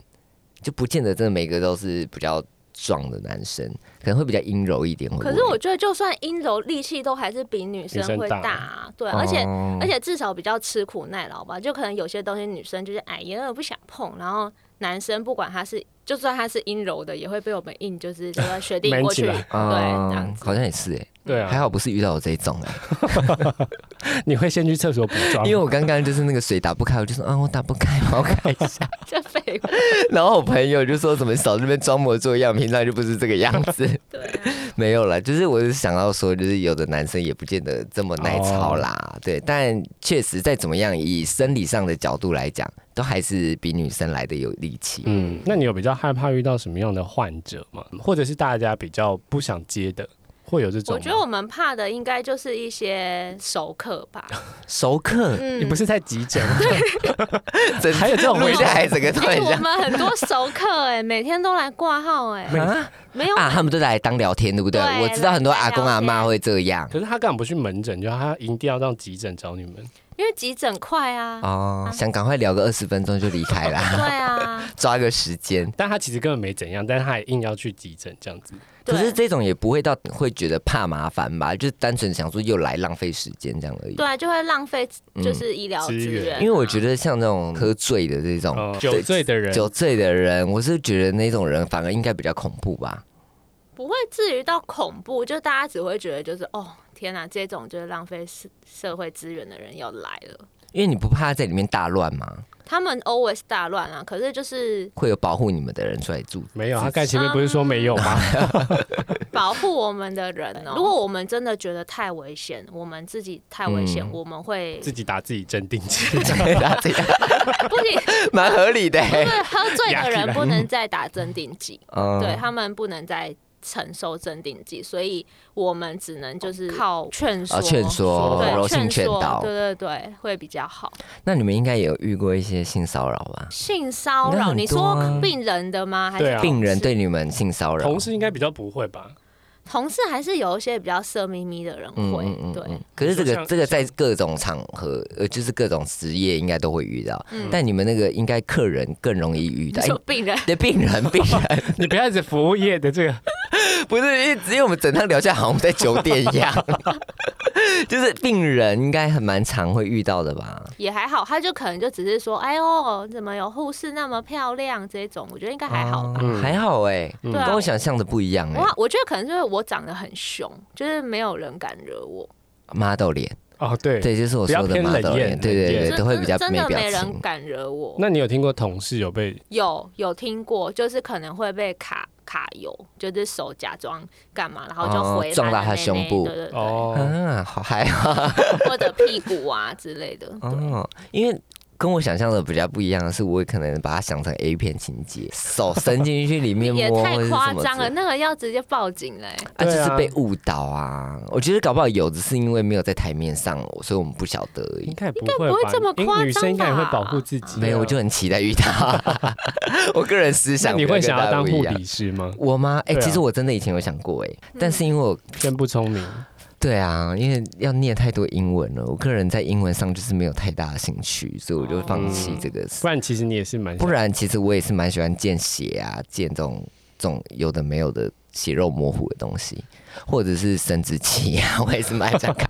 Speaker 2: 就不见得真的每个都是比较壮的男生，可能会比较阴柔一点。会不
Speaker 3: 可是我
Speaker 2: 会
Speaker 3: 觉得，就算阴柔，力气都还是比女生
Speaker 1: 女生
Speaker 3: 会
Speaker 1: 大
Speaker 3: 大啊、对，而且、
Speaker 2: 哦
Speaker 3: 而且至少比较吃苦耐劳吧。就可能有些东西女生就是哎，也不想碰，然后男生不管他是，就算他是阴柔的，也会被我们硬，就是这个学
Speaker 1: [laughs]
Speaker 3: 弟
Speaker 1: 闷
Speaker 3: 过
Speaker 1: 起
Speaker 3: 去，
Speaker 1: 来
Speaker 3: 对，这样
Speaker 2: 嗯
Speaker 3: 子。
Speaker 2: 好像也是哎、
Speaker 1: 哦对
Speaker 2: 还
Speaker 1: 啊，
Speaker 2: 好不是遇到我这一种哎、
Speaker 1: 你会先去厕所补妆，
Speaker 2: 因为我刚刚就是那个水打不开，我就说啊我打不开，我要开一下。
Speaker 3: 这废物，
Speaker 2: 然后我朋友就说怎么少这边装模作样，平常就不是这个样子。
Speaker 3: 对啊、
Speaker 2: [laughs] 没有啦，就是我是想要说，就是有的男生也不见得这么耐操啦，对，但确实再怎么样，以生理上的角度来讲，都还是比女生来的有力气。
Speaker 1: 嗯，那你有比较害怕遇到什么样的患者吗？或者是大家比较不想接的，会有这种吗？
Speaker 3: 我觉得我们怕的应该就是一些熟客吧。
Speaker 2: 熟客，
Speaker 1: 你
Speaker 3: 嗯
Speaker 1: 不是在急诊吗？
Speaker 2: [laughs] 真
Speaker 1: 还有这种
Speaker 2: 录
Speaker 1: 回
Speaker 2: 下
Speaker 1: 答，
Speaker 2: 来整个突
Speaker 3: 哎、
Speaker 2: 然
Speaker 3: 我
Speaker 2: 讲
Speaker 3: 们很多熟客哎、每天都来挂号哎、
Speaker 2: 啊
Speaker 3: 没有
Speaker 2: 啊，他们都来当聊天，对不对？
Speaker 3: 对
Speaker 2: 我知道很多阿公阿妈会这样
Speaker 1: 可是他根本不去门诊，就他一定要到急诊找你们。
Speaker 3: 因为急诊快啊，
Speaker 2: 哦，想赶快聊个二十分钟就离开啦， [laughs]
Speaker 3: 对啊，
Speaker 2: 抓个时间。
Speaker 1: 但他其实根本没怎样，但是他也硬要去急诊这样子。
Speaker 2: 可是
Speaker 3: 对。
Speaker 2: 这种也不会到会觉得怕麻烦吧，就是单纯想说又来浪费时间这样而已。
Speaker 3: 对啊，就会浪费就是医疗
Speaker 1: 资
Speaker 3: 资
Speaker 1: 源
Speaker 3: 源啊、
Speaker 2: 因为我觉得像那种喝醉的这种，
Speaker 1: 哦，
Speaker 2: 对
Speaker 1: 酒醉的人，
Speaker 2: 酒醉的人，我是觉得那种人反而应该比较恐怖吧。
Speaker 3: 不会至于到恐怖，就大家只会觉得就是哦，天哪，这种就是浪费社社会资源的人要来了。
Speaker 2: 因为你不怕在里面大乱吗？
Speaker 3: 他们 always 大乱啊，可是就是
Speaker 2: 会有保护你们的人出来
Speaker 3: [laughs]
Speaker 2: 住。 [laughs]
Speaker 1: 没有，他刚才前面不是说没有吗？
Speaker 2: 啊
Speaker 3: 保护我们的人、 [laughs] 哦。如果我们真的觉得太危险，我们自己太危险，
Speaker 2: 嗯
Speaker 3: 我们会
Speaker 1: [laughs]
Speaker 3: 哎
Speaker 1: 自己打自己镇定剂。
Speaker 2: [laughs] 对啊，这样
Speaker 3: 不仅
Speaker 2: 蛮合理
Speaker 3: [laughs]
Speaker 2: 的、
Speaker 3: 对
Speaker 2: 欸。
Speaker 3: 喝醉
Speaker 1: 压
Speaker 2: [laughs]
Speaker 3: 的
Speaker 1: 起来
Speaker 3: 人不能再打镇定剂，
Speaker 2: 嗯
Speaker 3: 对他们不能再承受镇定剂，所以我们只
Speaker 1: 哦
Speaker 3: 能就是靠劝说、
Speaker 2: 啊，劝说、柔
Speaker 3: 对，
Speaker 2: 性
Speaker 3: 劝
Speaker 2: 劝
Speaker 3: 说，
Speaker 2: 导
Speaker 3: 对。对对，会比较好。
Speaker 2: 那你们应该也有遇过一些性骚扰吧？
Speaker 3: 性骚
Speaker 2: 那
Speaker 3: 扰，
Speaker 2: 很
Speaker 3: 你
Speaker 2: 多啊
Speaker 3: 说病人的吗？还
Speaker 1: 对
Speaker 3: 是
Speaker 1: 啊
Speaker 2: 病人啊对你们性骚扰
Speaker 1: 同，事应该比较不会吧？
Speaker 3: 同事还是有一些比较色眯眯的人
Speaker 2: 嗯
Speaker 3: 会，对，。
Speaker 2: 可是这
Speaker 1: 你说
Speaker 2: 个
Speaker 1: 像
Speaker 2: 这个在各种场合，呃，就是各种职业应该都会遇到。
Speaker 3: 嗯
Speaker 2: 但你们那个应该客人更容易遇
Speaker 3: 你
Speaker 2: 到。
Speaker 3: 说
Speaker 2: 哎
Speaker 3: 病人，
Speaker 2: 对病人，病人，
Speaker 1: 你不要一直服务业的这
Speaker 2: [laughs]
Speaker 1: 个，
Speaker 2: 不是，因为只有我们整趟聊下，好像我们在酒店
Speaker 1: [laughs]
Speaker 2: 一样。就是病人应该很蛮常会遇到的吧？
Speaker 3: 也还好，他就可能就只是说，哎呦，怎么有护士那么漂亮这种，我觉得应该还好吧。
Speaker 2: 哦还好哎、
Speaker 1: 嗯
Speaker 3: 对啊
Speaker 2: 跟我想象的不一样哎、
Speaker 3: 我我觉得可能是因为我长得很凶，就是没有人敢惹我，
Speaker 2: model 脸，
Speaker 1: 哦，对。
Speaker 2: 对，就是我说
Speaker 1: 比较
Speaker 2: 的
Speaker 1: 偏冷
Speaker 2: model 脸，
Speaker 1: 艳
Speaker 2: 对对
Speaker 1: 冷
Speaker 2: 对，
Speaker 1: 艳
Speaker 2: 都会
Speaker 3: 真
Speaker 2: 比较
Speaker 3: 真
Speaker 2: 没
Speaker 3: 的
Speaker 2: 表
Speaker 3: 没人
Speaker 2: 情。
Speaker 3: 敢惹我。
Speaker 1: 那你有听过同事有被
Speaker 3: 有有听过，就是可能会被卡卡油，就是手假装干嘛，然后
Speaker 2: 哦
Speaker 3: 就回
Speaker 2: 撞到
Speaker 3: 的
Speaker 2: 他
Speaker 3: 妹
Speaker 2: 胸
Speaker 3: 妹
Speaker 2: 部
Speaker 3: 对对对，
Speaker 1: 哦？
Speaker 2: 啊，好还好
Speaker 3: 或者屁股啊之类的。对
Speaker 2: 哦，因为跟我想象的比较不一样的是，我可能把它想成 A 片情节，
Speaker 1: [laughs]
Speaker 2: 手伸进去里 [laughs] 面
Speaker 3: 也
Speaker 2: 摸，
Speaker 3: 太
Speaker 2: 或者是
Speaker 3: 夸
Speaker 2: 什么
Speaker 3: 张
Speaker 2: 之
Speaker 3: 了，
Speaker 2: 类的。
Speaker 3: 那个要直接报警嘞、
Speaker 2: 啊，就
Speaker 1: 对
Speaker 2: 是
Speaker 1: 啊
Speaker 2: 被误导啊！我觉得搞不好有，只是因为没有在台面上，所以我们不晓得而已
Speaker 1: 应。该不
Speaker 3: 应该不
Speaker 1: 会
Speaker 3: 会
Speaker 1: 吧？
Speaker 3: 这么夸张吧
Speaker 1: 女生应该也会保护自己啊。
Speaker 2: 没有，我就很期待遇到。 [laughs] 我个人思
Speaker 1: 那
Speaker 2: 想，
Speaker 1: 你会想要当护
Speaker 2: 护
Speaker 1: 理师吗？
Speaker 2: 我吗？哎、
Speaker 1: 对啊
Speaker 2: 其实我真的以前有想过哎、但是因为我
Speaker 1: 真不聪明，
Speaker 2: 对啊，因为要念太多英文了，我个人在英文上就是没有太大的兴趣，所以我就放弃这个。
Speaker 1: 不然其实你也是蛮
Speaker 2: 不然，其实我也是蛮喜欢见血啊，见这种这种有的没有的血肉模糊的东西，或者是生殖器啊， [laughs] 我也是蛮
Speaker 1: [laughs]
Speaker 2: 想看。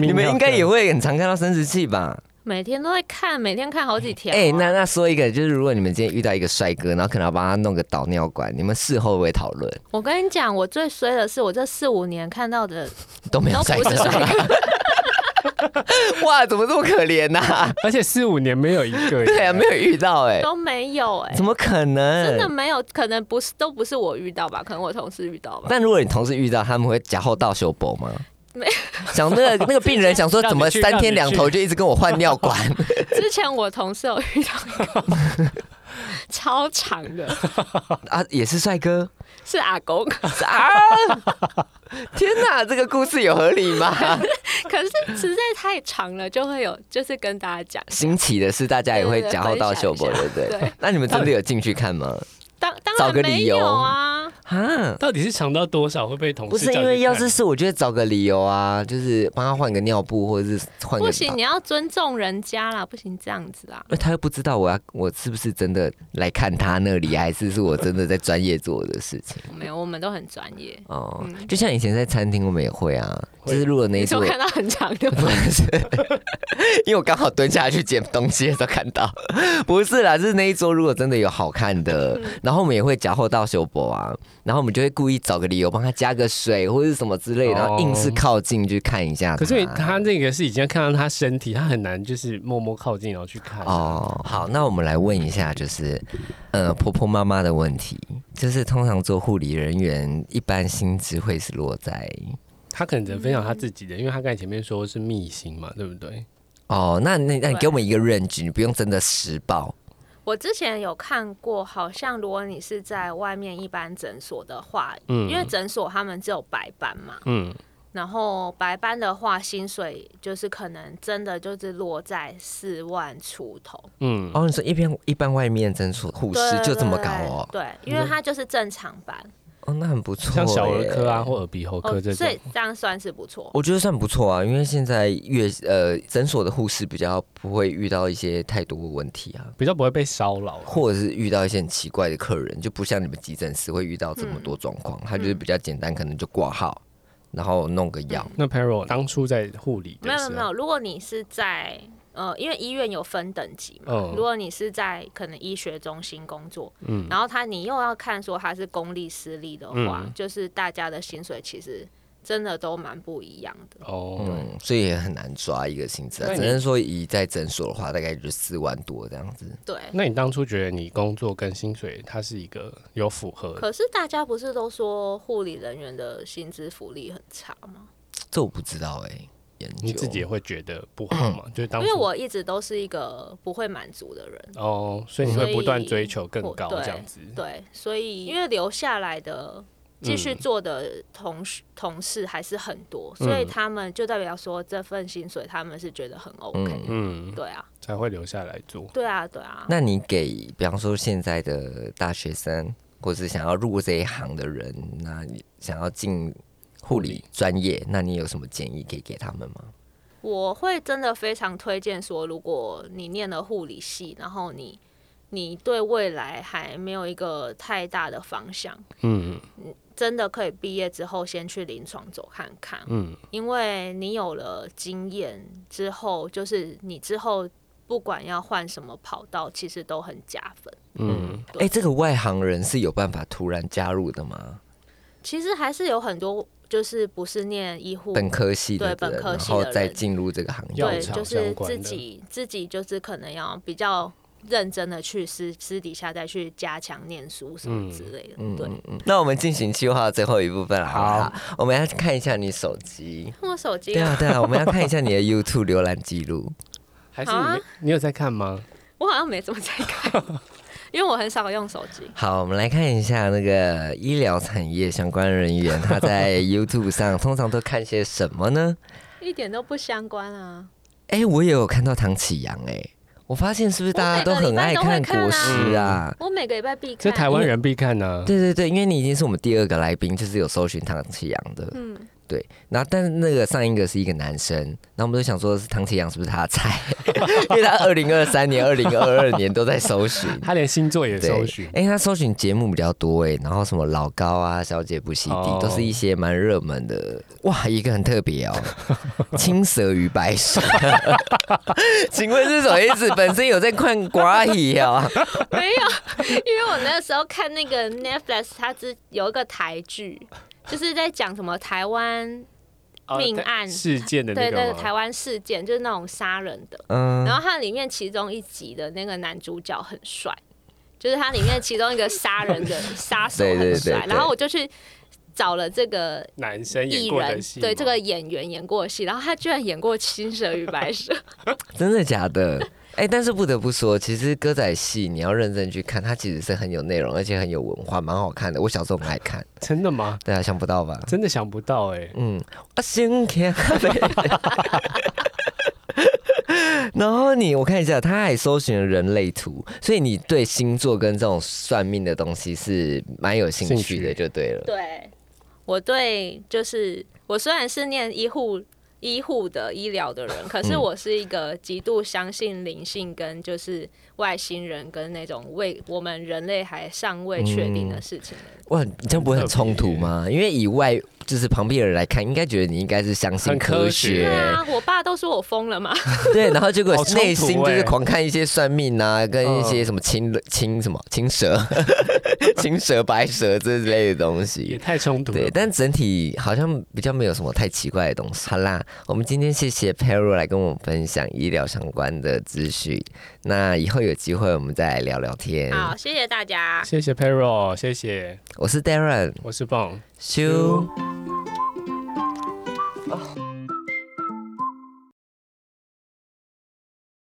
Speaker 2: 你们应该也
Speaker 1: 有
Speaker 2: 会很常看到生殖器吧？
Speaker 3: 每天都会看，每天看好几条、啊。
Speaker 2: 哎、那那说一个，就是如果你们今天遇到一个帅哥，然后可能要帮他弄个导尿管，你们事后会不会讨论？
Speaker 3: 我跟你讲，我最衰的是，我这四五年看到的
Speaker 2: 都没有
Speaker 3: 都
Speaker 2: 帅
Speaker 3: 不
Speaker 2: 哥 [laughs]
Speaker 3: 是，帅哥，
Speaker 2: 哇，怎么这么可
Speaker 1: [laughs]
Speaker 2: 怜呐、
Speaker 1: 而且四五年没有一个，
Speaker 2: [laughs] 对啊，没有遇到哎、
Speaker 3: 都没
Speaker 2: [laughs]
Speaker 3: 有哎、
Speaker 2: 怎么可能？
Speaker 3: 真的没有，可能不是，都不是我遇到吧，可能我同事遇到吧。
Speaker 2: 但如果你同事遇到，他们会假后到修补吗？
Speaker 3: 没，
Speaker 2: 想那个那个病人想说，
Speaker 1: 让你
Speaker 2: 怎么
Speaker 1: 去
Speaker 2: 三天两头就一直跟我换尿管？
Speaker 3: 之前我同事有遇到一个 [laughs] 超长的，
Speaker 2: 啊，也是帅
Speaker 3: [laughs]
Speaker 2: 哥
Speaker 3: 是阿公，
Speaker 2: 啊！天哪，这个故事有合理吗？ [laughs]
Speaker 3: [laughs] 可是实在太长了，就会有就是跟大家讲，
Speaker 2: 新奇的是，大家也会假后到修补，
Speaker 3: 对
Speaker 2: 对不对？
Speaker 3: 对，
Speaker 2: 那你们真的有进去看吗？
Speaker 3: 当当
Speaker 2: 找个
Speaker 3: 然
Speaker 2: 理
Speaker 3: 没
Speaker 2: 由
Speaker 3: 有啊，
Speaker 2: 哈，
Speaker 1: 到底是强到多少会被同事？
Speaker 2: 不是因为要是是，我觉得找个理由啊，就是帮他换个尿布，或者是换个
Speaker 3: 不行，你要尊重人家啦，不行这样子啊。
Speaker 2: 因为他又不知道我要我是不是真的来看他那里，还是是我真的在专业做的事情
Speaker 3: 没有，我们都很专业。
Speaker 2: 哦。
Speaker 3: 嗯
Speaker 2: 就像以前在餐厅，我们也会啊，就是如果那
Speaker 3: 你
Speaker 2: 一
Speaker 3: 说
Speaker 2: 桌，
Speaker 3: 看到很长的
Speaker 2: 不是， [laughs] 因为我刚好蹲下去捡东西的时候看到， [laughs] 不是啦，就是那一桌如果真的有好看的，然后我们也会假货到修博啊，然后我们就会故意找个理由帮他加个水或者是什么之类，然后硬是靠近去看一下。
Speaker 1: 可是他那个是已经看到他身体，他很难就是默默靠近然后去看。
Speaker 2: 哦，好，那我们来问一下，就是呃婆婆妈妈的问题，就是通常做护理人员，一般薪资会是落在
Speaker 1: 他可能只能分享他自己的，因为他刚才前面说是秘辛嘛，对不对？
Speaker 2: 哦，那那那你给我们一个 range，你不用真的实报
Speaker 3: 我之前有看过，好像如果你是在外面一般诊所的话，
Speaker 1: 嗯
Speaker 3: 因为诊所他们只有白班嘛，
Speaker 1: 嗯，
Speaker 3: 然后白班的话，薪水就是可能真的就是落在四万出头，
Speaker 1: 嗯，
Speaker 2: 哦。你说一边一般外面诊所护士
Speaker 3: 对
Speaker 2: 就这么高哦，
Speaker 3: 对，对因为他就是正常班，
Speaker 2: 哦，那很不错，欸
Speaker 1: 像小儿科啊。或耳鼻喉科
Speaker 3: 哦，
Speaker 1: 这
Speaker 3: 所
Speaker 1: 种
Speaker 3: 以，这样算是不错。
Speaker 2: 我觉得算不错啊，因为现在越呃诊所的护士比较不会遇到一些太多的问题啊，
Speaker 1: 比较不会被骚扰。
Speaker 2: 或者是遇到一些很奇怪的客人，就不像你们急诊室会遇到这么多状况，他就是比较简单，可能就挂号，然后弄个药。
Speaker 1: 那 Pero 当初在护理的
Speaker 3: 没有没
Speaker 1: 时
Speaker 3: 有
Speaker 1: 候，
Speaker 3: 没有，如果你是在呃，因为医院有分等级嘛，
Speaker 1: 嗯
Speaker 3: 如果你是在可能医学中心工作，然后他你又要看说他是公立私立的话，
Speaker 1: 嗯
Speaker 3: 就是大家的薪水其实真的都蛮不一样的。
Speaker 1: 哦，
Speaker 2: 嗯，所以也很难抓一个薪资啊，
Speaker 1: 那
Speaker 2: 只
Speaker 1: 你
Speaker 2: 能说以在诊所的话，大概就四万多这样子。
Speaker 3: 对，
Speaker 1: 那你当初觉得你工作跟薪水它是一个有符合的？
Speaker 3: 可是大家不是都说护理人员的薪资福利很差吗？
Speaker 2: 这我不知道哎、研究
Speaker 1: 你自己也会觉得不好嘛？就是当
Speaker 3: 因
Speaker 1: 初
Speaker 3: 为我一直都是一个不会满足的人，
Speaker 1: 哦，所以你会不断
Speaker 3: 所以
Speaker 1: 追求更
Speaker 3: 我
Speaker 1: 高
Speaker 3: 对
Speaker 1: 这样子。
Speaker 3: 对，所以因为留下来的继续做的同事、同事还是很多，所以
Speaker 1: 嗯
Speaker 3: 他们就代表说这份薪水他们是觉得很 OK，、
Speaker 1: 嗯，
Speaker 3: 对啊，
Speaker 1: 才会留下来做。
Speaker 3: 对啊，对啊。
Speaker 2: 那你给，比方说现在的大学生，或是想要入这一行的人，那你想要进护理专业，那你有什么建议可以给他们吗？
Speaker 3: 我会真的非常推荐说，如果你念了护理系，然后你你对未来还没有一个太大的方向，
Speaker 1: 嗯
Speaker 3: 真的可以毕业之后先去临床走看看，
Speaker 1: 嗯
Speaker 3: 因为你有了经验之后，就是你之后不管要换什么跑道，其实都很加分。
Speaker 1: 嗯，
Speaker 2: 哎、这个外行人是有办法突然加入的吗？
Speaker 3: 其实还是有很多就是不是念医护，
Speaker 2: 本科系的人，
Speaker 3: 对本科系的
Speaker 2: 然
Speaker 3: 人
Speaker 2: 后再进入这个行业
Speaker 1: 药
Speaker 3: 对，
Speaker 1: 厂
Speaker 3: 就是
Speaker 1: 相关
Speaker 3: 自
Speaker 1: 的
Speaker 3: 己自己就是可能要比较认真的去私私底下再去加强念书什么之类的。对，
Speaker 2: 嗯那我们进行计划的最后一部分了，好不好？我们要看一下你手机。
Speaker 3: 看我手机
Speaker 2: 对，啊，对啊，我们要看一下
Speaker 3: [laughs]
Speaker 2: 你的 YouTube 浏览记录。
Speaker 1: 还是你
Speaker 3: 啊
Speaker 1: 没你有在看吗？
Speaker 3: 我好像没怎么在看， [laughs] 因为我很少用手机。
Speaker 2: 好，我们来看一下那个医疗产业相关人员，他
Speaker 3: [laughs]
Speaker 2: 在 YouTube 上通常都看些什么呢？
Speaker 3: 一点都不相关啊！
Speaker 2: 哎、我也有看到唐启阳，哎，我发现是不是大家都很爱看国师啊？
Speaker 3: 我每个礼拜必
Speaker 1: 这
Speaker 3: 看。
Speaker 1: 台湾人必看啊
Speaker 3: 嗯
Speaker 1: 呢。
Speaker 2: 对对对，因为你已经是我们第二个来宾，就是有搜寻唐启阳的，
Speaker 3: 嗯，
Speaker 2: 对。然后，但是那个上一个是一个男生，那我们就想说是唐启阳是不是他的菜？ [laughs] 因为他二零二三年、二零二二年都在
Speaker 1: [laughs]
Speaker 2: 搜寻。
Speaker 1: 他连星座也
Speaker 2: 对
Speaker 1: 搜寻，
Speaker 2: 哎、他搜寻节目比较多哎、然后什么老高啊、小姐不洗地，
Speaker 1: 哦
Speaker 2: 都是一些蛮热门的。哇，一个很特别
Speaker 1: [laughs]
Speaker 2: 哦，青蛇与白蛇， [laughs] 请问是什么意思？本身有在看瓜皮啊？
Speaker 3: 没有，因为我那时候看那个 Netflix，它之有一个台剧，就是在讲什么台湾
Speaker 1: 哦
Speaker 3: 命
Speaker 1: 在
Speaker 3: 案
Speaker 1: 事件的
Speaker 3: 对
Speaker 1: 那
Speaker 3: 对
Speaker 1: 个
Speaker 3: 台
Speaker 1: 吗？
Speaker 3: 湾事件，就是那种杀人的。
Speaker 2: 嗯，
Speaker 3: 然后它里面其中一集的那个男主角很帅，就是它里面其中一个杀人
Speaker 2: [laughs]
Speaker 3: 的杀手
Speaker 2: 对
Speaker 3: 很
Speaker 2: 对对
Speaker 3: 帅。
Speaker 2: 对
Speaker 3: 然后我就去找了这个
Speaker 1: 男生
Speaker 3: 艺
Speaker 1: 演过的
Speaker 3: 人
Speaker 1: 戏，吗，
Speaker 3: 对这个演员演过的戏，然后他居然演过《青蛇与白蛇》，
Speaker 2: [laughs] 真的假的？ [laughs] 哎、但是不得不说，其实歌仔戏你要认真去看，它其实是很有内容，而且很有文化，蛮好看的。我小时候很爱看，
Speaker 1: 真的吗？
Speaker 2: 对啊，想不到吧？
Speaker 3: 嗯
Speaker 2: 嗯
Speaker 1: 真的想不到哎，
Speaker 2: 嗯，啊，先看。 [laughs] 然后你我看一下，他还搜寻了人类图，所以你对星座跟这种算命的东西是蛮有兴趣的，
Speaker 1: 兴趣
Speaker 2: 就对了。
Speaker 3: 对，我对就是我虽然是念医护医护的医疗的人，可
Speaker 2: 嗯
Speaker 3: 是我是一个极度相信灵性跟就是外星人跟那种为我们人类还尚未确
Speaker 2: 嗯
Speaker 3: 定的事情的人。
Speaker 2: 哇，你这样不会很冲突
Speaker 1: 嗯
Speaker 2: 吗？因为以外就是旁边人来看，应该觉得你应该是相信
Speaker 1: 很科
Speaker 2: 科
Speaker 1: 嗯
Speaker 3: 对
Speaker 1: 学
Speaker 2: 学，
Speaker 3: 啊，我爸都说我疯了嘛，
Speaker 1: [laughs]
Speaker 2: 对，然后结果
Speaker 1: 好冲突
Speaker 2: 内心就是
Speaker 1: 欸
Speaker 2: 狂看一些算命啊，跟一些
Speaker 1: 嗯
Speaker 2: 什么青青什么青蛇、 [laughs] 青蛇、白蛇这类的东
Speaker 1: 也
Speaker 2: 西。
Speaker 1: 太冲突了吧。
Speaker 2: 对，但整体好像比较没有什么太奇怪的东西。好啦，我们今天谢谢 Pero 来跟我们分享医疗相关的资讯。那以后有机会我们再来聊聊天。
Speaker 3: 好，谢谢大家。
Speaker 1: 谢谢 Pero，谢谢，
Speaker 2: 我是 Darren，
Speaker 1: 我是 b o n
Speaker 2: 咻。